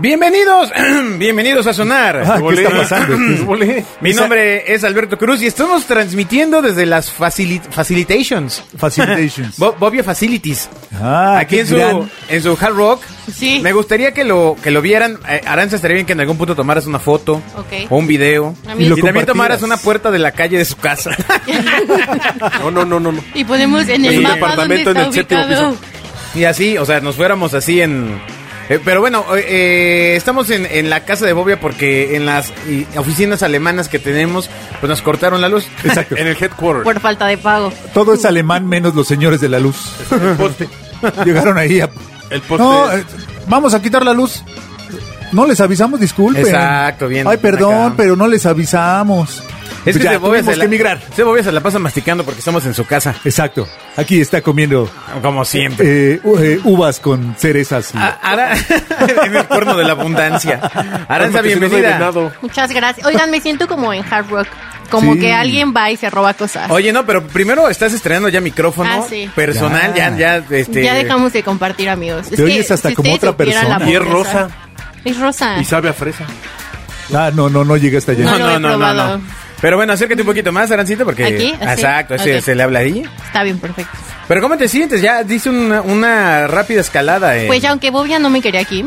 Bienvenidos, bienvenidos a Sonar. Ah, ¿Qué está pasando? Mi nombre es Alberto Cruz y estamos transmitiendo desde las facili- Facilitations. Facilitations. Bo- Bobia Facilities. Ah, Aquí qué en su, gran- en su Hard Rock. Pues Sí. Me gustaría que lo, que lo vieran. Eh, Aranza, estaría bien que en algún punto tomaras una foto Ok. o un video. A Y, mí- Y lo también compartieras. tomaras una puerta de la calle de su casa. No, no, no, no. no. Y ponemos en Es el un mapa donde departamento está en el séptimo ubicado. piso. y así, o sea, nos fuéramos así en... eh, pero bueno, eh, eh, estamos en, en la casa de Bobia porque en las y, oficinas alemanas que tenemos, pues nos cortaron la luz. Exacto. En el headquarter. Por falta de pago. Todo es alemán menos los señores de la luz. El poste. Llegaron ahí a... El poste. No, eh, vamos a quitar la luz. No les avisamos, disculpen. Exacto, bien. Ay, perdón, Acá. pero no les avisamos. Es Pues que Ya, se Bobia tuvimos se la, que emigrar. se Bobia se la pasa masticando porque estamos en su casa, Exacto. Aquí está comiendo como siempre. eh, u- eh, uvas con cerezas. y- A- Ara- en el cuerno de la abundancia. Aranza, Cálmate, si no soy bienvenida. venado. Muchas gracias. Oigan, me siento como en Hard Rock. Como Sí. que alguien va y se roba cosas. Oye, no, pero primero estás estrenando ya micrófono Ah, sí. personal, ya, Ya. ya, este. Ya dejamos de compartir, amigos. Te oyes hasta como ustedes otra supieran la persona. Y es pobreza- rosa. Es rosa. Y sabe a fresa. Ah, no, no, no llega hasta allá. No, lo he probado. Pero bueno, acércate un poquito más, Arancita, porque. ¿Aquí? ¿Así? Exacto, ese- Ok. se le habla ahí. Está bien, perfecto. Pero ¿cómo te sientes? Ya dice una, una rápida escalada. eh. Pues ya aunque Bobia no me quería aquí,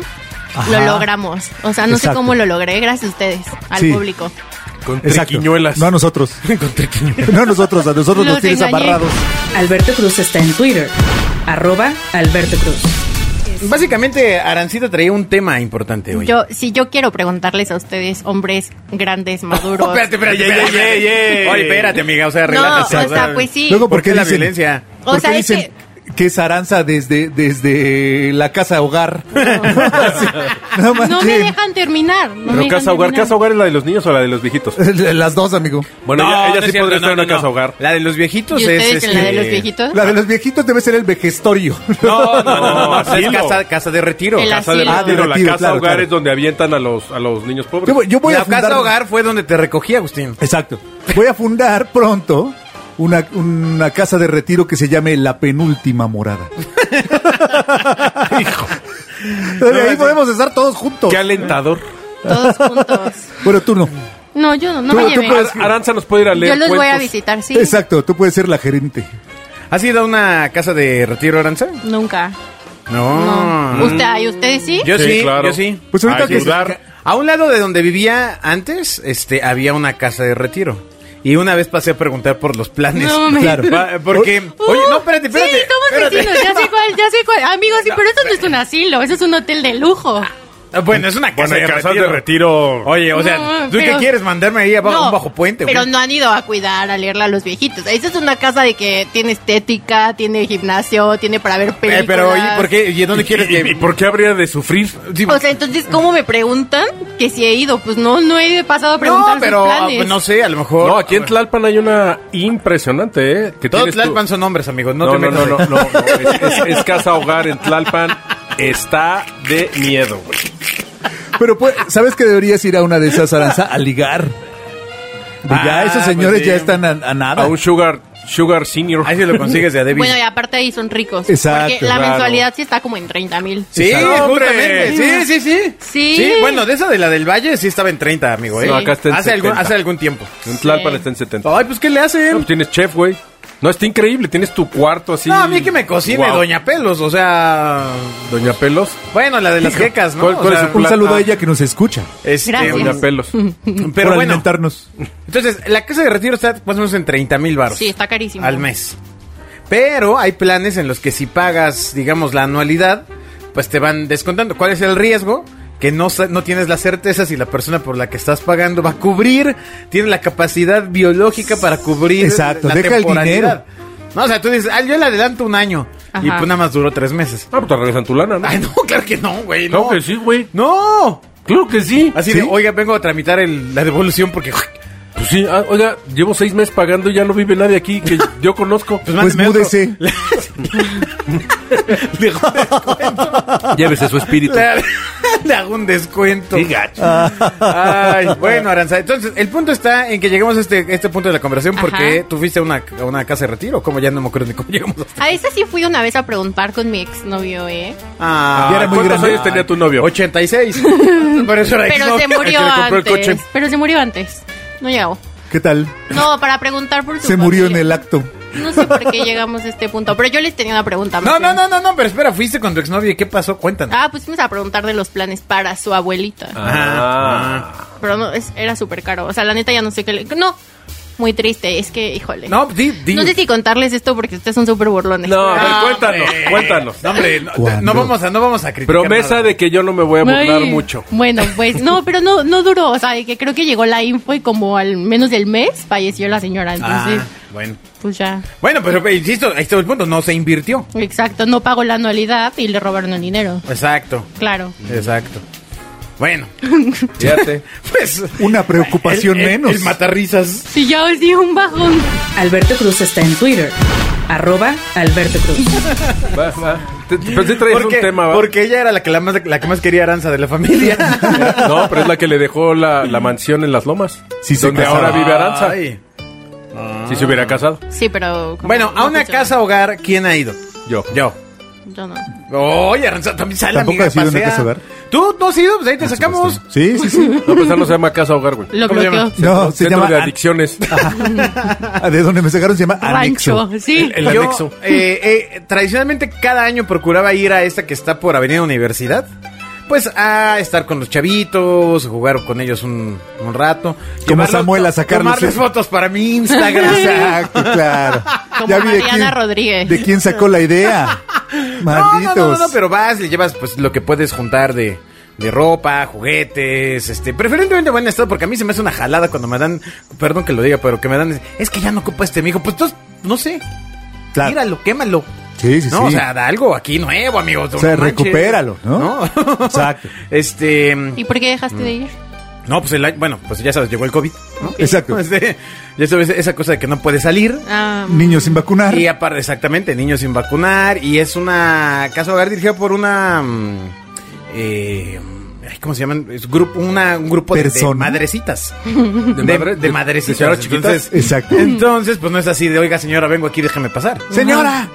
Ajá. lo logramos. O sea, no sé Exacto. cómo lo logré, gracias a ustedes, al Sí. público. Con Exacto. triquiñuelas. No a nosotros. no a nosotros, a nosotros nos Los tienes engañé. amarrados. Alberto Cruz está en Twitter, arroba Alberto Cruz. Básicamente, Arancita traía un tema importante hoy. Yo, si yo quiero preguntarles a ustedes, hombres grandes, maduros. Oh, espérate, espérate, Ey, ey, espérate. ey, ey. Oye, espérate, amiga, o sea, no, o relájate. sea, pues sí. Luego, ¿Por ¿por qué qué la dicen- violencia? O ¿Por qué sea, es dicen que... es Aranza desde, desde la casa hogar? Sí. No Ah, No manches. me dejan terminar. no me Pero dejan casa hogar, terminar. casa hogar es la de los niños o la de los viejitos. Las dos, amigo. Bueno, No, ella, ella no es sí cierto, podría no, estar en no, una casa no. hogar. La de los viejitos ¿Y ustedes es. en la de este, los viejitos? La de los viejitos debe ser el vejestorio. No, no, no, no, no, esa es Asilo. casa, casa de retiro. El casa de asilo. Ah, de Pero la retiro, casa claro, hogar claro. es donde avientan a los, a los niños pobres. Yo, voy- yo voy la a fundar... casa hogar fue donde te recogí, Agustín. Exacto. Voy a fundar pronto una, una casa de retiro que se llame La Penúltima Morada. Hijo. De ahí podemos estar todos juntos. Qué alentador. Todos juntos. Bueno, tú no. No, yo no, no Tú- me tú llevé. puedes- Ar- Aranza nos puede ir a leer Yo los voy a cuentos. visitar, sí. Exacto, tú puedes ser la gerente. ¿Has ido a una casa de retiro, Aranza? Nunca. No. No. Usted, ¿y ustedes sí? Mm. Yo sí, Sí, claro. yo sí. Pues ahorita que- Ayudar. A un lado de donde vivía antes, este, había una casa de retiro. Y una vez pasé a preguntar por los planes. No, me- Claro. Va- Porque, Uh, oye, no, espérate, espérate. Sí, somos espérate. vecinos, ya sé cuál, ya sé cuál. Amigos, sí, pero eso no es un asilo, eso es un hotel de lujo. Ah, Bueno, es una casa, Bueno, de, en casas retiro. de retiro. Oye, o sea, No, ¿tú qué pero- quieres? ¿Mandarme ahí abajo, un bajo puente? Pero güey? no han ido a cuidar, a leerla a los viejitos. Esa es una casa de que tiene estética, tiene gimnasio, tiene para ver Eh, películas. Pues, pero, oye, ¿por qué? ¿Y dónde ¿Y, quieres y- y que...? por qué habría de sufrir? Sí, O sea, entonces, ¿cómo me preguntan que si he ido? Pues no, no he pasado a preguntar no, pero sus planes. ah, no sé, a lo mejor... No, aquí en Tlalpan hay una impresionante, ¿eh? Que Todos tienes tú- Tlalpan son hombres, amigos. No, No, te no, no, metas no, ahí. no, no, Es, es- es casa hogar en Tlalpan. Está de miedo, güey. Pero pues, ¿sabes que deberías ir a una de esas aranza a ligar? De Ah, ya esos pues señores sí. ya están a, a nada. A un sugar, sugar senior. Ahí sí lo consigues de a Davis. Bueno, y aparte ahí son ricos. Exacto, Porque la claro. mensualidad sí está como en 30 mil. Sí, Exacto. justamente. Sí, ¡Hombre! sí, sí. Sí. bueno, de esa de la del Valle sí estaba en 30, amigo, ¿eh? No, acá está en hace, algún, 70. hace algún tiempo. En Tlalpan Sí. está en 70. Ay, pues, ¿qué le No, hacen? pues tienes chef, güey. No, está increíble. Tienes tu cuarto así. No, a mí que me cocine Guau. Doña Pelos, o sea... Doña Pelos. Bueno, la de las jecas, ¿no? ¿cuál- O cuál es sea, su un plan- saludo ah. a ella que nos escucha. este, Gracias. una- Doña Pelos. Pero por bueno, pues alimentarnos. entonces, la casa de retiro está más o menos en 30 mil baros. Sí, está carísimo. Al mes. Pero hay planes en los que si pagas, digamos, la anualidad, pues te van descontando. ¿Cuál es el riesgo? Que no, sa- no tienes la certeza si la persona por la que estás pagando va a cubrir, tiene la capacidad biológica para cubrir Exacto, la deja el temporalidad. No, o sea, tú dices, ah, yo le adelanto un año. Y Ajá. pues nada más duró tres meses. Ah, pues te regresan tu lana, ¿no? Ay, no, claro que no, güey. No. Claro que sí, güey. No. Claro que sí. Así de, oiga, vengo a tramitar el- la devolución porque Pues sí, ah, oiga, llevo seis meses pagando y ya no vive nadie aquí que yo conozco. Pues mándeme otro. múdese. Le hago un descuento. Llévese su espíritu. Le- Le hago un descuento. Qué gacho. Ay, bueno, Aranza. Entonces, el punto está en que lleguemos a este, este punto de la conversación porque Ajá. tú fuiste a una, a una casa de retiro. Como ya no me acuerdo ni cómo llegamos hasta. A esa sí fui una vez a preguntar con mi exnovio, ¿eh. Ah, ya era muy ¿cuántos grande? años tenía tu novio? 86. Por eso era Pero exnovio. se murió el que le compró el antes. coche. Pero se murió antes. No llegó. ¿Qué tal? No, para preguntar por su Se murió en familia. el acto. No sé por qué llegamos a este punto, pero yo les tenía una pregunta. más No, bien. no, no, no, no, pero espera, fuiste con tu exnovia y qué pasó, cuéntanos. Ah, pues fuimos a preguntar de los planes para su abuelita. Ah. Pero no, es- era súper caro. O sea, la neta ya no sé qué le... No, muy triste. Es que, híjole. No, di, di. No sé si contarles esto porque ustedes son súper burlones. No, a ver, Ah, cuéntanos, hombre. cuéntanos. No, hombre, no, ¿Cuándo? no vamos a, no vamos a criticar. Promesa nada. de que yo no me voy a burlar Ay, mucho. Bueno, pues no, pero no, no duró. O sea, de que creo que llegó la info y como al menos del mes falleció la señora. Entonces, Ah, bueno. pues ya. Bueno, pero eh, insisto, ahí está el punto, no se invirtió. Exacto, no pagó la anualidad y le robaron el dinero. Exacto, Claro. exacto. Bueno, Fíjate. pues. Una preocupación el- el- menos. El matarrisas. Si ya os di un bajón. Alberto Cruz está en Twitter. Arroba Alberto Cruz. Va, va. Te- Pensé traer un Porque- tema, ¿va? Porque ella era la que, la más, la que más quería Aranza de la familia. No, pero es la que le dejó la, la mansión en las lomas. Sí, se donde casaron. ahora vive Aranza. Ay. Si se hubiera casado, Sí, pero... como Bueno, no a una funcionó. casa hogar, ¿quién ha ido? yo. Yo. Yo no. Oye, Aranza, también sale Tampoco amiga, has ido a una pasea. casa hogar. ¿Tú no has ido? Pues ahí te sacamos. Sí, sí, sí. No, pues esa no se llama casa hogar, güey. Oh, Lo ¿Cómo se llama? bloqueó. No, Ah, se Centro llama de an- adicciones. ah, de donde me sacaron se llama Rancho, anexo. sí. el- Yo, anexo. eh, eh, tradicionalmente cada año procuraba ir a esta que está por Avenida Universidad. Pues a estar con los chavitos, jugar con ellos un, un rato. Como Samuel a sacarlos, Tomarles sí. fotos para mi Instagram. Exacto, claro. Como vi de Mariana Rodríguez. De quién sacó la idea. No, no, Malditos. no, no, no, pero vas, le llevas pues lo que puedes juntar de, de ropa, juguetes, este, preferentemente buen estado, porque a mí se me hace una jalada cuando me dan, perdón que lo diga, pero que me dan, es que ya no ocupa este mijo, pues entonces, no sé, Claro. tíralo, quémalo. Sí, sí, no, o sí. sea, da algo aquí nuevo, amigo. O sea, recupéralo, ¿no? Exacto. Exacto. Este, ¿Y por qué dejaste de ir? no, pues el año- bueno, pues ya sabes, llegó el COVID, ¿no? Exacto. Este, ya sabes, esa cosa de que no puedes salir. Ah, Niños sin vacunar. Y aparte, exactamente, niños sin vacunar. Y es una casa hogar dirigida por una. mm, eh, ay, ¿Cómo se llaman? Es grupo, una, un grupo de- de, Persona. madrecitas. ¿De madre- de de- de madrecitas. señoras chiquitas? Entonces- Exacto. Entonces, pues no es así de, oiga, señora, vengo aquí, déjeme pasar. Señora,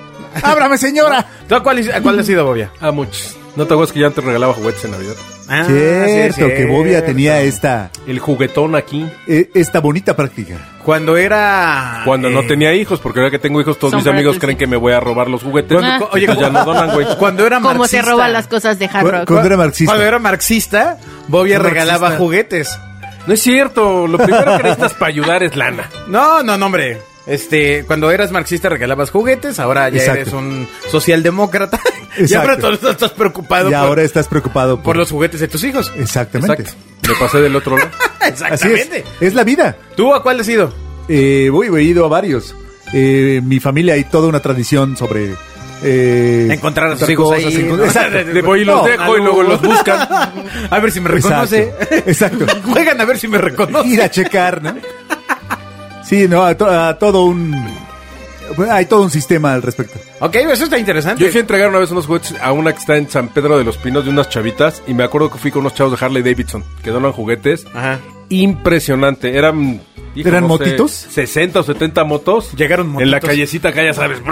ábrame, señora. ¿Tú a cuál, a cuál has ido, Bobia? Ah, muchos. No te acuerdas que ya te regalaba juguetes en Navidad. Ah, sí, es cierto, que Bobia cierto. tenía esta, El juguetón aquí. eh, esta bonita práctica. Cuando era. Ah, Cuando no eh, tenía hijos, porque ahora que tengo hijos, todos Son mis para amigos tus creen hijos. que me voy a robar los juguetes. Ah. Oye, Oye, ya no donan, güey. Cuando era ¿Cómo se marxista. roban las cosas de Hard Cu- Rock? cu- Cuando era marxista. Cuando era marxista, Bobia Marxista. regalaba juguetes. No es cierto. Lo primero que necesitas para ayudar es lana. No, no, no, hombre. Este, cuando eras marxista regalabas juguetes, ahora ya Exacto. eres un socialdemócrata. y Exacto. ahora todo esto estás preocupado Y por, ahora estás preocupado por, por los juguetes de tus hijos. Exactamente. Exacto. Me pasé del otro lado. Así es. Exactamente. Es la vida. ¿Tú a cuál has ido? Eh, voy, he ido a varios. Eh, mi familia hay toda una tradición sobre... eh, Encontrar a tus juntar hijos cosas, ahí, encon- ¿no? Exacto. Le voy y los No, dejo y luego los buscan. A ver si me reconoce. Exacto. Exacto. Juegan a ver si me reconoce. ir a checar, ¿no? Sí, no, a, to- a todo un... Hay todo un sistema al respecto. Ok, eso está interesante. Yo fui a entregar una vez unos juguetes a una que está en San Pedro de los Pinos de unas chavitas y me acuerdo que fui con unos chavos de Harley Davidson que donan juguetes. Ajá. Impresionante. Eran... hijo, ¿Eran sé, motitos? 60 o 70 motos. Llegaron En la motitos. callecita acá, ya sabes.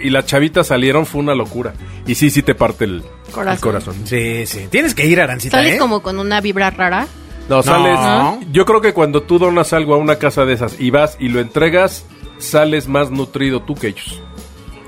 Y las chavitas salieron, fue una locura. Y sí, sí te parte el el corazón. Corazón. Sí, sí. Tienes que ir, Arancita, ¿Sales ¿eh? como con una vibra rara? No, sales... No. Yo creo que cuando tú donas algo a una casa de esas y vas y lo entregas, sales más nutrido tú que ellos.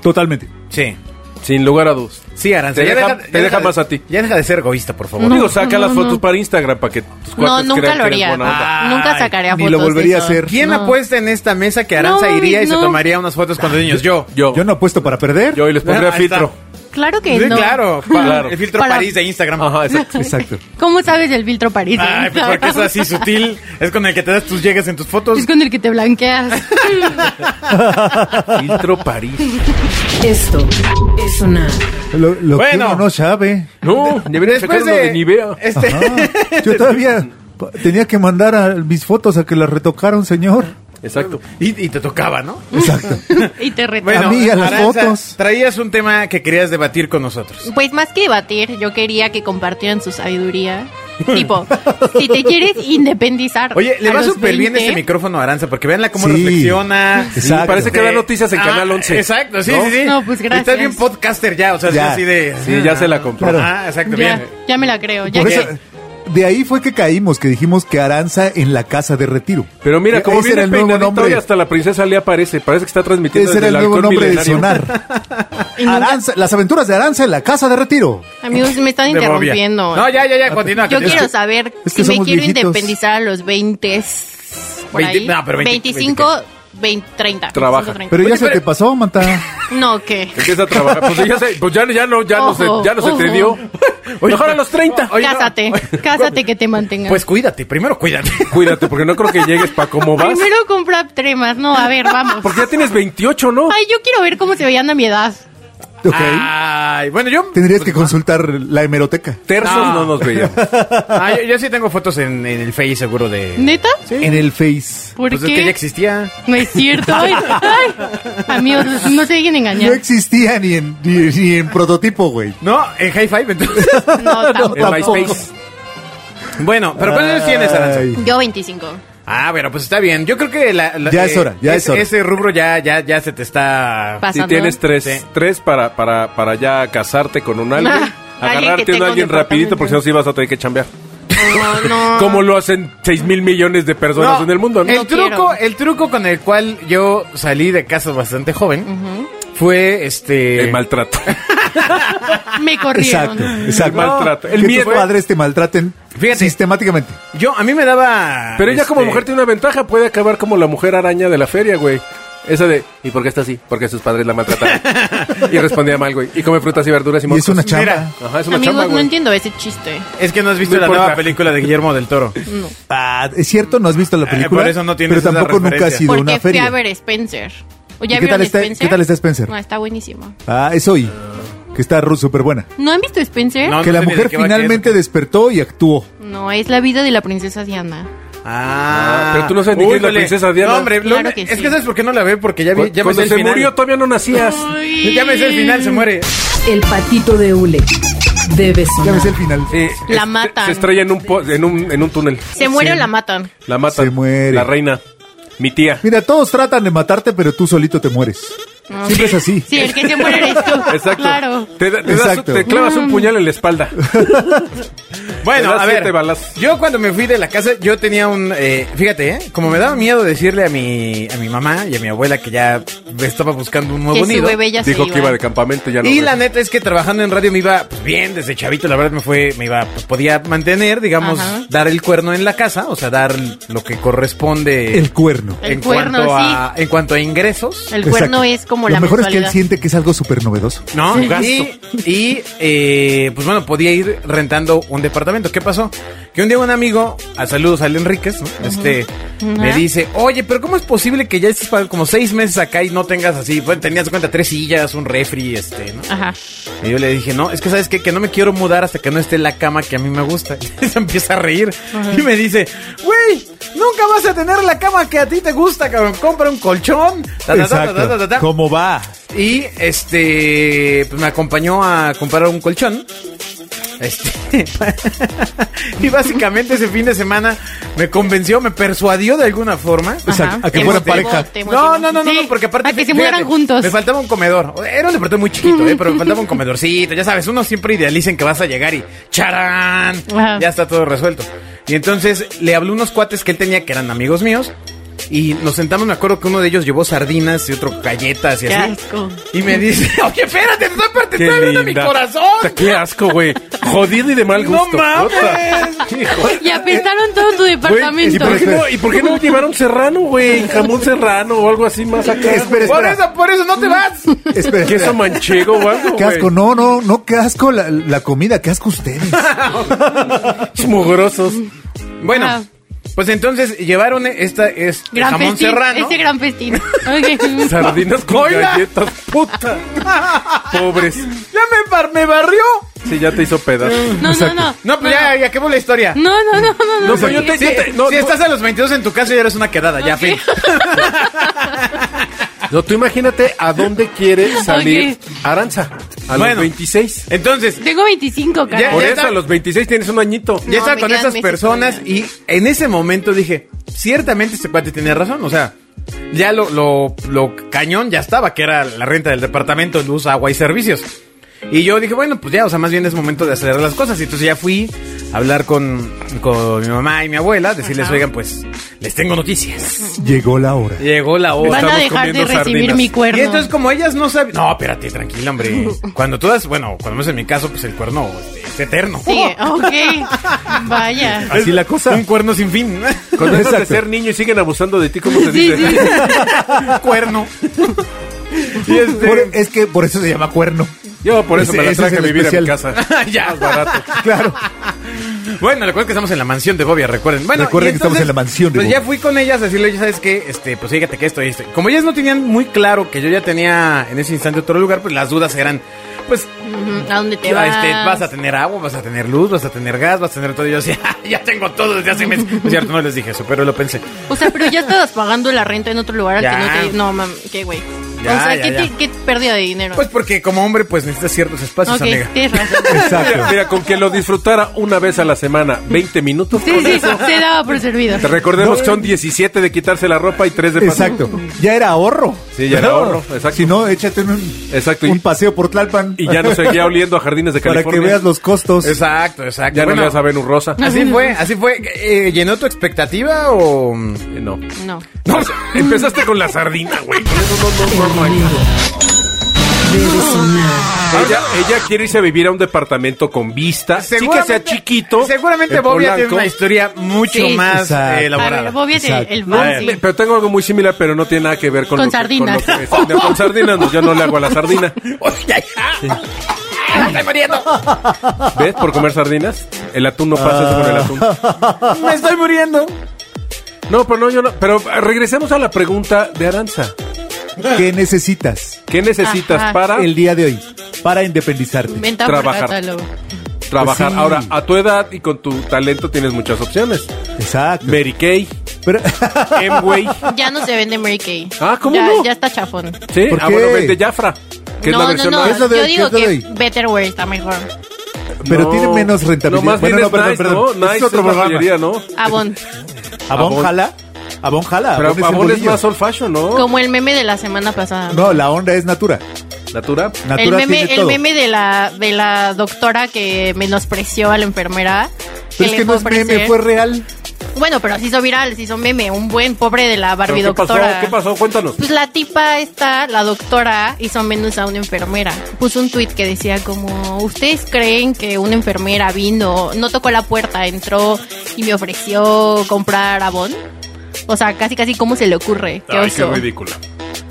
Totalmente. Sí. Sin lugar a dudas. Sí, Arancita. Te ya deja- ya te deja de- más a ti. Ya deja de ser egoísta, por favor. Digo, saca las fotos para Instagram para que tus No, cuates nunca crean lo que eres haría. Ah, buena onda. Ay, Nunca sacaría ni fotos lo de volvería a eso. hacer. ¿Quién No. apuesta en esta mesa que Aranza No, iría y se no. tomaría unas fotos con los niños? Yo. Yo. Yo no apuesto para perder. Yo y les pondría Ah, ahí está. filtro. Claro que Sí, no. claro, pa- Claro. El filtro Para- París de Instagram. Ajá, exacto. Exacto. ¿Cómo sabes el filtro París? Ay, pues porque es así sutil. Es con el que te das tus llegas en tus fotos. Es con el que te blanqueas. Filtro París. Esto es sonar. Lo, lo Bueno. que uno no sabe. No, debería Después sacar uno de Nivea. Este, Ah, yo todavía Tenía que mandar a mis fotos a que las retocaron, señor. Exacto. Y, y te tocaba, ¿no? Exacto. y te reto. Bueno. Amiga, las Aranza, fotos. Traías un tema que querías debatir con nosotros. Pues más que debatir, yo quería que compartieran su sabiduría. Tipo, si te quieres independizar. Oye, le a va los súper bien 20, este micrófono a Aranza, porque veanla cómo Sí. reflexiona. Sí, Este, parece que da noticias en Canal 11. Exacto, sí, ¿No? sí, sí. No, pues, gracias. Estás bien podcaster ya, o sea, Ya. ya. así de... Sí, ya se la compró. Claro. Ah, exacto, Ya, bien. ya me la creo. Ya Por que- eso, de ahí fue que caímos, que dijimos que Aranza en la casa de retiro. E- Pero mira, como Eh, Ese viene era el nuevo peinadita hoy, nombre. hasta la princesa le aparece. Parece que está transmitiendo Ese era desde el el nuevo halcón nombre de milenario. sonar. y nunca- Aranza- las aventuras de Aranza en la casa de retiro. amigos, me están De bobia. interrumpiendo. No, ya, ya, ya, continúa. Yo continúa. quiero saber es que si me somos quiero viejitos. independizar a los 20. Por Veinte- ahí. no, pero veinte- 25, 20, 30. Trabaja. 25, 30. Pero ya Oye, se pero- te pasó, Manta. No, ¿qué? Empieza a trabajar. Pues ya, se- pues ya, ya no, ya no se, Ojo, ya no se te ojo. dio. Mejor a los 30. Oye, no. cásate. Cásate que te mantengas. Pues cuídate, primero cuídate. Cuídate, porque no creo que llegues para cómo vas. Primero compra tremas. No, a ver, vamos. Porque ya tienes 28, ¿no? Ay, yo quiero ver cómo se veían a mi edad. Ok. Ah. Ay, bueno, yo... Tendrías Pues que consultar la hemeroteca. Tersos No. no, nos veían. Ah, yo, yo sí tengo fotos en, en el Face, seguro, de... ¿Neta? En el Face. ¿Por pues es que ya qué? existía. No es cierto. Ay, ay. Amigos, no se dejen No engañar. existía ni en, ni, ni en prototipo, güey. No, en High Five, entonces... No, tampoco. En MySpace. bueno, pero ¿cuántos años tienes, Aranza? Ay. Yo 25. Ah, bueno, pues está bien. Yo creo que la, la- eh, Ya es hora, ya es hora. Ese rubro ya, ya, ya se te está. Pas- Si Pasando. tienes tres, Sí. tres para, para, para ya casarte con un alguien, Ah, alguien que agarrarte a tenga un un alguien rapidito, porque si no, sí vas a tener que chambear. Oh, No, no. Como lo hacen 6 mil millones de personas No, en el mundo, ¿no? El No truco, quiero. el truco con el cual yo salí de casa bastante joven fue este. El maltrato. Me corrieron. Exacto, exacto. El maltrato. El que miedo. tus padres te maltraten Fíjate. sistemáticamente. Yo, a mí me daba. Pero ella como este, mujer tiene una ventaja, puede acabar como la mujer araña de la feria, güey. Esa de, ¿y por qué está así? Porque sus padres la maltrataron. y respondía mal, güey. Y come frutas y verduras Y y es moscos. una chamba. Mira. Ajá, es una Amigos, chamba, no güey. entiendo ese chiste. Es que no has visto No la importa. ¿Eh? nueva película de Guillermo del Toro. Ah, es cierto, no has visto la película. Eh, por eso no tienes Pero esa tampoco nunca has referencia. ido a Porque una fui a feria. ver Spencer. ¿O ¿Y ya qué vieron tal está- Spencer? qué tal está Spencer? No, está buenísimo. Ah, es hoy. Que está súper buena. ¿No han visto Spencer? No. No. que la sé ni mujer de qué va, finalmente qué es. despertó y actuó. es la vida de la princesa Diana. Ah, Ah, pero tú no sabes ni quién es la híjole. princesa Diana. No, hombre, Claro lo- que es sí. que sabes por qué no la ve porque ya, vi, Cu- ya me Cuando sé el se final. murió todavía no nacías. Ya me sé el final, se muere. El patito de hule debe Ya ves el sonar. final. Sí, La es- matan. Se estrella en un, po- en un, en un túnel. ¿Se muere o la matan? La matan. Se muere. La reina. Mi tía. Mira, todos tratan de matarte, pero tú solito te mueres. Siempre es así. Sí, el que se muere eres tú. Exacto. Claro. Mm. Te, da- te das- Exacto. te clavas un puñal en la espalda. Bueno, Te das a ver, siete balazos. yo cuando me fui de la casa, yo tenía un, eh, fíjate, ¿eh? como me daba miedo decirle a mi, a mi mamá y a mi abuela que ya estaba buscando un Que nuevo su nido. bebé ya se Dijo que iba de campamento ya no. Y regresó. la neta es que trabajando en radio me iba pues, bien desde chavito, la verdad me fue, me iba, pues, podía mantener, digamos, Ajá. dar el cuerno en la casa, o sea, dar lo que corresponde El cuerno. El en cuerno, cuanto a, en cuanto a ingresos. El cuerno Exacto. es como Lo la mejor es que él mensualidad. siente que es algo súper novedoso. ¿No? Un gasto. Y, y, eh, pues bueno, podía ir rentando un departamento. ¿Qué pasó? Que un día un amigo, a saludos al Enríquez, ¿no? este, me Ajá. dice, oye, pero ¿cómo es posible que ya estés para como seis meses acá y no tengas así? Bueno, tenías en cuenta tres sillas, un refri, este, ¿no? Ajá. Y yo le dije, no, es que sabes qué, que no me quiero mudar hasta que no esté la cama que a mí me gusta. Y se empieza a reír. Y me dice, güey, nunca vas a tener la cama que a ti te gusta, cabrón. Compra un colchón. Ta, ta, ta, ta, ta, ta, ta, ta. ¿Cómo va? Y este pues me acompañó a comprar un colchón. Este, y básicamente ese fin de semana me convenció, me persuadió de alguna forma. Este, Exacto, Ajá. a que Te fueran motivó, pareja. te motivó. No, no, no, no, Sí, no, porque aparte A que se fíjate, mudaran juntos. Me faltaba un comedor. Era un departamento muy chiquito, eh, pero me faltaba un comedorcito. Ya sabes, uno siempre idealicen que vas a llegar y charán, Ajá. ya está todo resuelto. Y entonces le hablé a unos cuates que él tenía que eran amigos míos. Y nos sentamos, me acuerdo que uno de ellos llevó sardinas y otro galletas y Qué así. asco. Y me dice, oye, espérate, te estoy Qué partiendo mi linda. corazón. Qué asco, güey. Jodido y de mal ¡No gusto. mames! Hijo. Y eh, apestaron todo tu Güey, ¿y, departamento. por qué no, ¿Y por qué no llevaron serrano, güey? Jamón serrano o algo así más acá. Espera, Por espera. eso, por eso no te vas. Espera, espera. Queso manchego o algo, Qué asco, güey. no, no, no, qué asco la, la comida, qué asco ustedes. Mugrosos. Bueno, Ah. pues entonces llevaron esta, es Gran jamón festín. serrano. Ese gran festín. Ok. Sardinas con Oiga. galletas, puta. Pobres. ¡Ya me, bar- me barrió! Sí, ya te hizo pedazos. No, no, no. No, pues ya, ya acabó la historia. pues, No, no, no, no, no. No, pero yo te- Sí, yo te- no, si no. estás a los 22 en tu casa, ya eres una quedada, ya, Ok. fin. No, tú imagínate a dónde quiere salir Ok. Aranza. A Bueno. los 26. Entonces, Tengo 25, Ya- caray. Por ya eso está. a los 26 tienes un añito. ya No, estaba me con quedan esas meses personas y en ese momento dije, ciertamente este cuate tiene razón, o sea, ya lo, lo, lo cañón ya estaba, que era la renta del departamento, luz, agua y servicios. Y yo dije, bueno, pues ya, o sea, más bien es momento de acelerar las cosas. Y entonces ya fui a hablar con, con mi mamá y mi abuela, decirles, Ajá. oigan, pues, les tengo noticias. Llegó la hora. Llegó la hora. Van a estamos dejar de comiendo recibir sardinas. mi cuerno. Y entonces como ellas no sabían... No, espérate, tranquila, hombre. Cuando todas, bueno, cuando es en mi caso, pues el cuerno este, es eterno. Sí, ok. Vaya. Así la cosa. Un cuerno sin fin. Con eso de Exacto. ser niño y siguen abusando de ti, ¿cómo se Sí, dice? sí. cuerno. este, Por- es que por eso se llama cuerno. e- Yo por eso Ese- me ese la es traje a el vivir a mi especial. casa. Ah, ya. Claro. Bueno, recuerden que estamos en la mansión de Bobia, recuerden. Bueno, Recuerden y que estamos en la mansión de Pues ya Bobia. fui con ellas a decirle, ya sabes que, este, pues fíjate que esto y esto. Como ellas no tenían muy claro que yo ya tenía en ese instante otro lugar, pues las dudas eran, pues, Ujú, ¿A dónde te Ah, vas? este, vas a tener agua, vas a tener luz, vas a tener gas, vas a tener todo. Y yo decía, ya tengo todo desde hace meses. Es cierto, no les dije eso, pero lo pensé. O sea, pero ya estabas pagando la renta en otro lugar al Ya. que no te... No, mami, qué güey. O Ya, sea, ya, ¿qué, ya. te- qué pérdida de dinero. Pues porque como hombre, pues necesitas ciertos espacios, ok, amiga. tienes razón. Mira, Exacto. mira, con que lo disfrutara una vez a la semana, 20 minutos. Sí, con sí, eso. se daba por servido. Te recordemos que son 17 de quitarse la ropa y 3 de pasar. Exacto. Ya era ahorro. Sí, ya era Claro. ahorro, exacto. Si no, échate un, Exacto. un Y, paseo por Tlalpan. y ya no seguía oliendo a jardines de Para California. que veas los costos. Exacto, exacto. Ya Bueno, no le vas a ver un rosa. Así fue, así fue. Eh, ¿Llenó tu expectativa o...? Eh, No. No. No, empezaste con la sardina, güey. Con eso no, no, no, no. Debe sonar. Ella, ella quiere irse a vivir a un departamento con vista. Sí que sea Seguramente- chiquito. Seguramente en Bobia tiene Polanco. una historia mucho Sí. más Exacto. eh, A elaborada. ver, Bobby es el- Exacto. el A ver, Bobby. me- Pero tengo algo muy similar, pero no tiene nada que ver con Con lo que- sardinas. con lo que- no, con sardinas, no, yo no le hago a la sardina. ¡Estoy muriendo! ¿Ves? Por comer sardinas, el atún no pasa eso con el atún. ¡Me estoy muriendo! No, pero no, yo no. Pero eh, regresemos a la pregunta de Aranza. ¿Qué necesitas ¿Qué necesitas Ajá. para el día de hoy para independizarte? Venta por Trabajar. catálogo. trabajar? Sí. Ahora, a tu edad y con tu talento tienes muchas opciones. Exacto. Mary Kay, Pero- Emway. Ya no se vende Mary Kay. Ah, ¿cómo ya, no? Ya está chafón. Sí, ¿Por ah, qué? bueno, vende Jafra. Que es la No, no, versión no. ¿Qué es lo de- Yo qué digo es lo que de- Betterware está mejor. pero tiene menos rentabilidad. No, más Bueno, bien no, es perdón, nice, perdón. ¿no? Ese es Nice otro es la programa. Ah, joyería, ¿no? Avon. ¿Abón Avon. jala? ¿Abón jala? Pero Avon es el Pavón es bolillo. más old fashion, ¿no? Como el meme de la semana pasada. No, la onda es Natura. Natura. Natura el meme, tiene el todo. meme de la de la doctora que menospreció a la enfermera. Pero es le que no fue es meme, ofrecer- fue real. Bueno, pero se hizo viral, se hizo meme, un buen pobre de la Barbie ¿Pero ¿Qué pasó? doctora. ¿Qué pasó? Cuéntanos. Pues la tipa esta, la doctora, hizo menos a una enfermera. Puso un tuit que decía como, ¿ustedes creen que una enfermera vino, no tocó la puerta, entró y me ofreció comprar abón? O sea, casi casi cómo se le ocurre. Qué Ay, qué oso. ridícula.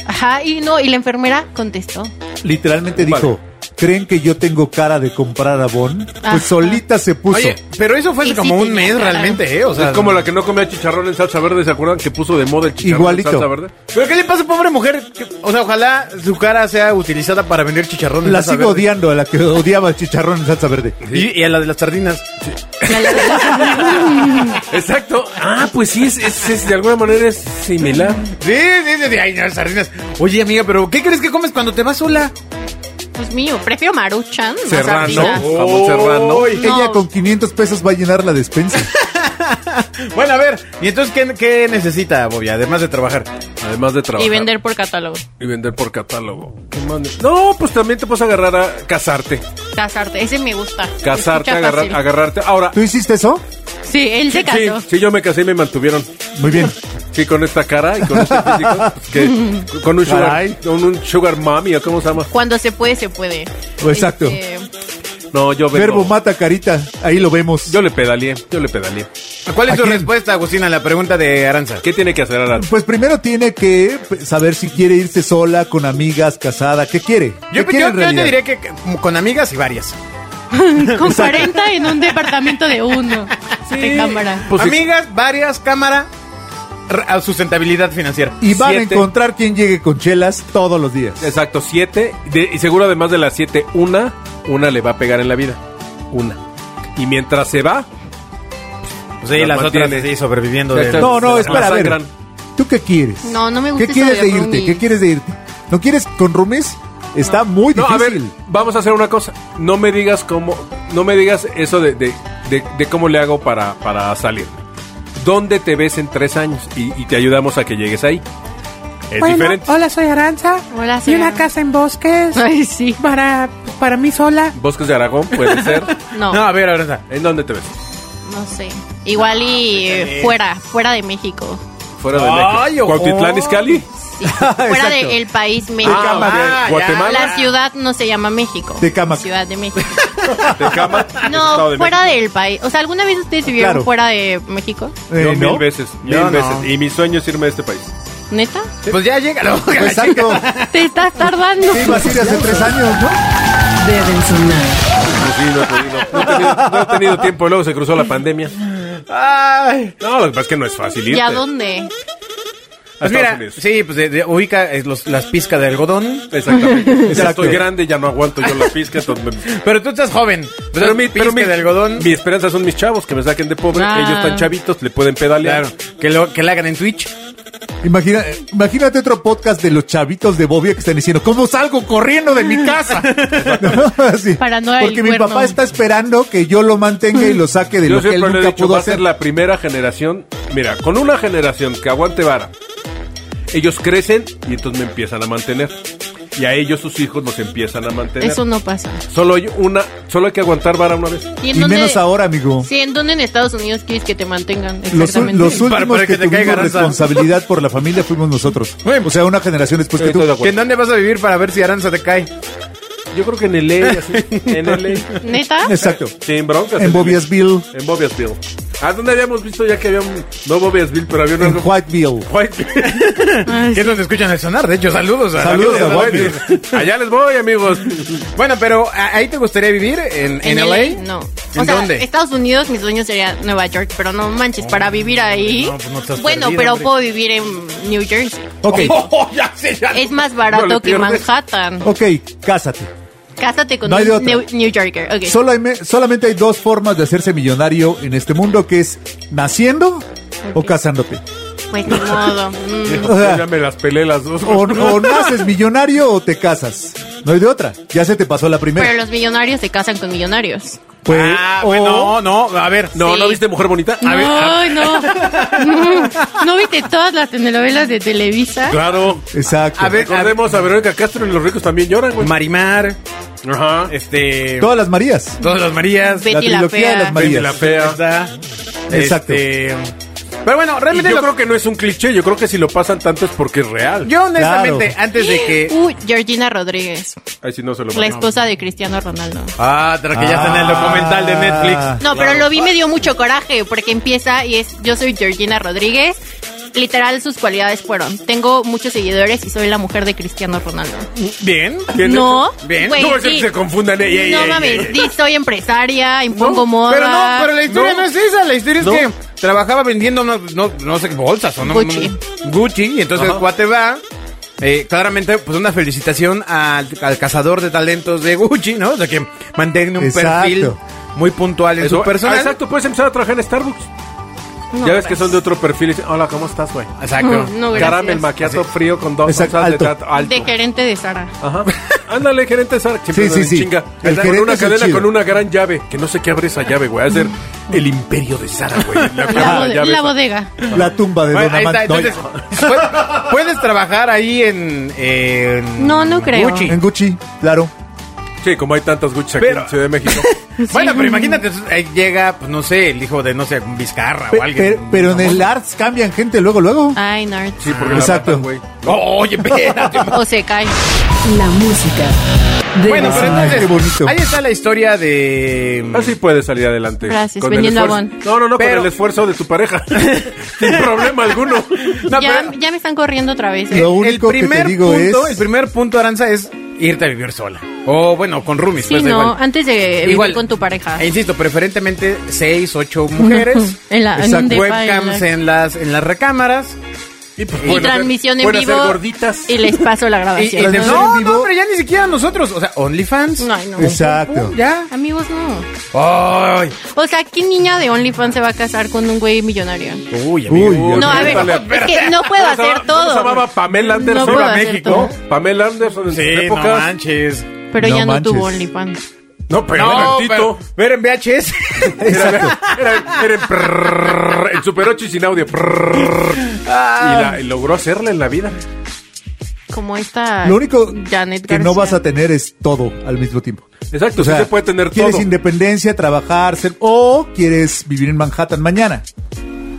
Ajá, y no, y la enfermera contestó. Literalmente Vale. dijo, ¿creen que yo tengo cara de comprar Avon? Ajá. Pues solita se puso. Oye, pero eso fue hace Sí, como sí, un tenía mes cara. realmente, ¿eh? O sea, Es como la que no comía chicharrón en salsa verde, ¿se acuerdan? Que puso de moda el chicharrón Igualito. en salsa verde. ¿Pero qué le pasa, pobre mujer? Que- O sea, ojalá su cara sea utilizada para vender chicharrones. la vas a sigo ver. odiando, a la que odiaba el chicharrón en salsa verde. Y, y a la de las sardinas. Exacto. Ah, pues sí, es, es- es- de alguna manera es similar. Sí, sí, sí, sí. Ay, no, sardinas. Oye, amiga, ¿pero qué crees que comes cuando te vas sola? Pues mío, prefiero Maruchan. más Serrano. sardinas. Oh, jamón serrano. Ay. No. Ella con 500 pesos va a llenar la despensa. Bueno, a ver, ¿y entonces qué, qué necesita, Bobia, además de trabajar? Además de trabajar. Y vender por catálogo. Y vender por catálogo. ¿Qué más ne- No, pues también te puedes agarrar a casarte. Casarte, ese me gusta. Se Casarte, escucha agarrar- fácil. agarrarte. Ahora, ¿Tú hiciste eso? Sí, él se sí, casó. sí, yo me casé y me mantuvieron. Muy bien. Sí, con esta cara y con este físico. pues, que- con un Caray. sugar, con un sugar mommy, ¿o ¿cómo se llama? Cuando se puede, se puede. Pues, Exacto. Este, No, yo vendo. Verbo mata carita. Ahí lo vemos. Yo le pedaleé, yo le pedaleé. ¿Cuál es ¿A tu quién? respuesta, Agustina, a la pregunta de Aranza? ¿Qué tiene que hacer Aranza? Pues primero tiene que saber si quiere irse sola, con amigas, casada. ¿Qué quiere? Yo, ¿Qué quiere yo- en yo realidad? te diría que que con amigas y varias. con 40 en un departamento de uno. De cámara. Pues sí. amigas, varias, cámara, r- a sustentabilidad financiera. Y van Siete. a encontrar quien llegue con chelas todos los días. Exacto, siete. De- y seguro además de las siete, una una le va a pegar en la vida. Una. Y mientras se va, Pues sí, Las las otras mantiene. sí, sobreviviendo. Ya de- está. No, no, La espera, a ver. masacran. ¿Tú qué quieres? No, no me gusta ¿Qué eso quieres de de irte? roomies. ¿Qué quieres de irte? ¿No quieres con roomies? Está muy No, a ver, difícil. vamos a hacer una cosa. No me digas cómo, no me digas eso de, de- de- de cómo le hago para, para salir. ¿Dónde te ves en tres años? Y, y te ayudamos a que llegues ahí. Es Bueno, diferente. Hola, soy Aranza. Hola, Y soy una Aranza. casa en bosques. Ay, sí. Para, para mí sola. Bosques de Aragón puede ser. No, No, no, a ver, ahora. ¿En dónde te ves? sé. Igual y Ah, eh, fuera, fuera de México. Fuera de Ay, México. ojo. Cuautitlán, Izcalli. Sí. fuera del país México. Ah, Tecama, Ah, ya. Guatemala. la ciudad no se llama México. Tecámac. Ciudad de México. Tecama, Estado No, de fuera del país. O sea, ¿alguna vez ustedes vivieron Claro. fuera de México? México. Eh, Yo ¿no? mil veces, mil Yo no. veces. Y mi sueño es irme de este país. ¿Neta? Pues ya llega. no, Pues Exacto. Te estás tardando. Sí, ibas a ir hace tres años, ¿no? Deben sonar. Pues sí, no he podido. No he tenido, no he tenido tiempo. Luego se cruzó la pandemia. Ay. No, lo que pasa es que no es fácil irte. ¿Y a dónde? A Pues Estados mira, Unidos. sí, pues de- de- ubica eh, los- las pizcas de algodón. Exactamente. Ya Exacto. estoy grande, ya no aguanto yo la pizca. entonces me- Pero tú estás joven. Pero mi pizca de algodón. mi esperanza son mis chavos que me saquen de pobre. Ah. Ellos están chavitos, le pueden pedalear. Claro, que lo, que la hagan en Twitch. Ah, Imagina, imagínate otro podcast de los chavitos de Bobia que están diciendo, ¿cómo salgo corriendo de mi casa? ¿No? Sí. Para no dar el Porque mi cuerno. papá está esperando que yo lo mantenga y lo saque de Yo lo que él siempre le he nunca dicho, pudo va a ser hacer. la primera generación. Mira, con una generación que aguante vara, ellos crecen y entonces me empiezan a mantener. Y a ellos sus hijos los empiezan a mantener. Eso no pasa. Solo hay una, solo hay que aguantar vara una vez. ¿Y, en Y dónde- menos ahora, amigo. Sí, ¿en dónde en Estados Unidos quieres que te mantengan? Los, Exactamente. los últimos Para- para que, que te caiga tuvimos raza. responsabilidad por la familia fuimos nosotros. Bueno. O sea, una generación después Sí, que tú. estoy de acuerdo. ¿Que en dónde vas a vivir para ver si Aranza te cae? Yo creo que en LA, así, en LA. ¿Neta? Exacto. Sin broncas. En Bobiasville, En Bobiasville. ¿A dónde habíamos visto ya que había un... No Bobiasville, pero había un... en Whiteville. White- Que es donde escuchan el sonar. De hecho, saludos a Saludos a Whiteville. Allá les voy, amigos. Bueno, pero ¿a- ahí te gustaría vivir en, en LA? No. O ¿En sea, dónde? Estados Unidos, mi sueño sería Nueva York, pero no manches, para vivir ahí. no, pues no estás bueno, perdida, pero hombre. puedo vivir en New Jersey. Ok, Oh, ya sé, ya. Es más No le barato que pierdes. oh. Manhattan. ok, cásate. Cásate con No hay de un otra. New, New Yorker. ok. Solo hay me- solamente hay dos formas de hacerse millonario en este mundo, que es naciendo o casándote. Pues ni modo. Mm. O sea, ya me las pelé las dos. o, o naces millonario o te casas. No hay de otra. Ya se te pasó la Pero primera. los millonarios se casan con millonarios. Pues, Ah, o- bueno, no, no, a ver. No, Sí. ¿no viste Mujer Bonita? A ver, a- Ay, no. Mm. ¿No viste todas las telenovelas de Televisa? Claro. Exacto. A ver, Recordemos a Verónica Castro y los ricos también lloran, güey. Marimar, Ajá. este... Todas las Marías. Todas las Marías. Betty la la, trilogía de fea. las Marías. la fea. Está, Exacto. este, Pero bueno, Y realmente yo lo- creo que no es un cliché, yo creo que si lo pasan tanto es porque es real. Yo honestamente, antes de que... Uy, Georgina Rodríguez, Ay, si no se lo la mandaron. esposa de Cristiano Ronaldo. Ah, tras que ya está en el documental de Ah. Netflix. No, pero lo vi me dio mucho coraje porque empieza y es yo soy Georgina Rodríguez. Literal sus cualidades fueron, tengo muchos seguidores y soy la mujer de Cristiano Ronaldo. Bien. ¿Quién No, es? Bien. güey, No, es sí. que se confundan. ey, ey, no ey, mames, ey, ey. di, soy empresaria, impongo No, moda. pero no, pero la historia no, No. es esa. La historia es No. que trabajaba vendiendo, no, no, no sé, bolsas o no. Gucci. no- Gucci, y entonces Ajá. el cuate va. eh, claramente, pues una felicitación al, al cazador de talentos de Gucci, ¿no? O sea, que mantenga un Exacto. perfil muy puntual en Eso- su personal. Ah, Exacto, puedes empezar a trabajar en Starbucks. No, ya ves que pues. son de otro perfil. y dicen, Hola, ¿cómo estás, güey? Exacto. No, gracias. Caramel maquiato frío con dos Exacto, onzas alto. de trato alto. De gerente de Sara. Ajá. Ándale, gerente Sara. Sí, Siempre sí, sí, sí. chinga. El El con gerente una es el cadena chido. con una gran llave. Que no sé qué abre esa llave, güey. Ha de ser el imperio de Sara, güey. La, La, la bode- llave la esa. bodega. La tumba de Bueno, Don ahí está, Amán. No, entonces, pu- puedes trabajar ahí en, en No, no creo. Gucci. en Gucci, claro. Sí, como hay tantas Gucci aquí Pero- en Ciudad de México. Bueno, pero imagínate, ahí llega, pues no sé, el hijo de, no sé, Vizcarra Pe- o alguien. pero, pero en el Arts cambian gente luego, luego. Ay, Nart. Sí, porque Exacto. la matan, güey. Oh, oye, espérate. O se cae. La música. Debe Bueno, pero sonar. entonces, qué bonito. ahí está la historia de... Así puedes salir adelante. Gracias, el vendiendo esfuerzo- abón. No, no, no, Pero- con el esfuerzo de tu pareja. Sin problema alguno. No, ya, pero- ya me están corriendo otra vez. Lo único que te digo punto, es- El primer punto, Aranza, es irte a vivir sola. O bueno, con roomies. Sí, pues, da no, igual. antes de vivir Igual. con tu pareja. E insisto, preferentemente seis, ocho mujeres. En la- en un Exacto. depa, en webcams la- en las en las recámaras. Y, pues, Y pueden hacer- transmisión en pueden vivo. hacer gorditas. Y les paso la Y- y grabación. de- ¿no? no, en vivo. no, hombre, ya ni siquiera nosotros. O sea, OnlyFans. No, ay, no. Exacto. Ya. Amigos, no. Ay. O sea, ¿qué niña de OnlyFans se va a casar con un güey millonario? Uy, amigo. Uy, Uy, No, a ver, cuéntale, es que no puedo ¿Cómo se llama- hacer cómo todo. Se llamaba Pamela Anderson. No puedo Iba a hacer México. todo. Pamela Anderson en sus Sí, no épocas. manches. Pero No ya no tuvo manches. OnlyFans. No, pero No, era pero, tito. pero en VHS. Era, era- era en prrrr, en Super 8 y sin audio. prrrr. y, la- y logró hacerla en la vida. Como esta. Lo único Janet que no García. vas a tener es todo al mismo tiempo. Exacto, sí se puede tener quieres todo. independencia, trabajar, ser, o quieres vivir en Manhattan mañana.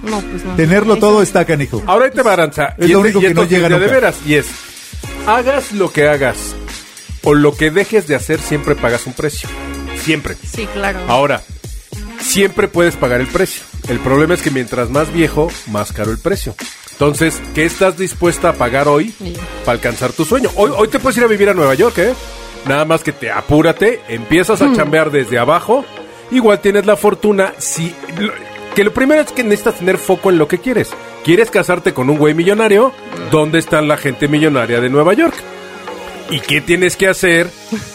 No, pues no. Tenerlo Eso- todo está canijo. Ahora ahí te baranza. Es lo único que no llega de nunca. veras. Y es, hagas lo que hagas o lo que dejes de hacer, siempre pagas un precio. Siempre. Sí, claro. Ah. Ahora, siempre puedes pagar el precio. El problema es que mientras más viejo, más caro el precio. Entonces, ¿qué estás dispuesta a pagar hoy Sí. para alcanzar tu sueño? Hoy, hoy te puedes ir a vivir a Nueva York, ¿eh? Nada más que te apúrate, empiezas a chambear desde abajo. Igual tienes la fortuna si... lo- que lo primero es que necesitas tener foco en lo que quieres. ¿Quieres casarte con un güey millonario? ¿Dónde está la gente millonaria de Nueva York? ¿Y qué tienes que hacer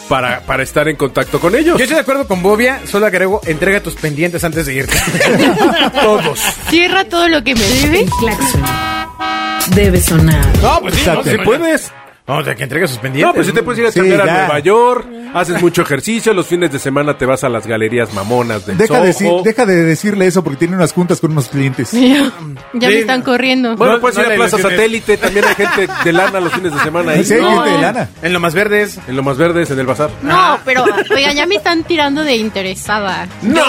para, para estar en contacto con ellos? Yo estoy de acuerdo con Bobia, solo agrego, entrega tus pendientes antes de irte. Todos. Cierra todo lo que me debe. El claxon debe sonar. No, pues sí, Exacto. no, Si sí, puedes. No, o sea, que entregue sus pendientes. No, pues si te puedes ir a Sí, ya. chambear a Nueva York, haces mucho ejercicio, los fines de semana te vas a las galerías mamonas del Deja de, decir, Soho. deja de decirle eso porque tiene unas juntas con unos clientes. Ya Sí. me están corriendo. Bueno, No, puedes no ir a le Plaza ilusiones. Satélite, también hay gente de lana los fines de semana ahí. Sí, hay ¿no? gente de No. lana. Mm. En lo más verdes. En lo más verdes, en el bazar. No, pero, oiga, ya me están tirando de interesada. ¡No!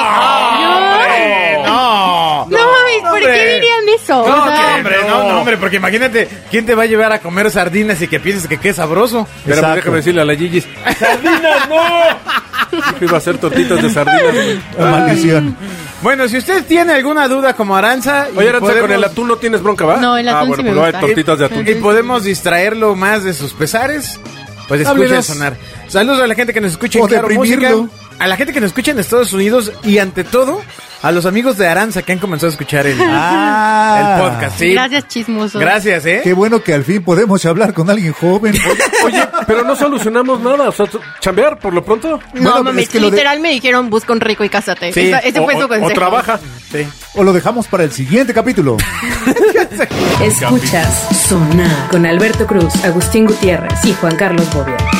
hombre, ¡No! No, mames, ¿por hombre. qué dirían eso? No, O sea, que- hombre, no, no, hombre, porque imagínate, ¿quién te va a llevar a comer sardinas y que pienses que qué sabroso? Pero Exacto. déjame decirle a la Gigi. ¡Sardinas, no! Dijo, iba a hacer tortitas de sardinas. Maldición. Bueno, si usted tiene alguna duda como Aranza... y Oye, Aranza, podemos- con el atún no tienes bronca, ¿va? No, el Ah, atún sí bueno, me pues no hay gusta. tortitas de Y atún. podemos distraerlo más de sus pesares. Pues escuchen Háblenos. sonar. Saludos a la gente que nos escucha en O Claro Música, deprimirlo. a la gente que nos escucha en Estados Unidos y ante todo a los amigos de Aranza que han comenzado a escuchar el, Ah. el podcast. sí. Gracias, chismoso. Gracias, ¿eh? Qué bueno que al fin podemos hablar con alguien joven. pues, Oye, pero no solucionamos nada. O sea, chambear por lo pronto. No, Bueno, mames, es que lo de- literal me dijeron busca un rico y cásate. Sí, Esa- ese O- fue o- su consejo. o trabaja. Sí. O lo dejamos para el siguiente capítulo. Escuchas Sonar con Alberto Cruz, Agustín Gutiérrez y Juan Carlos Bobia.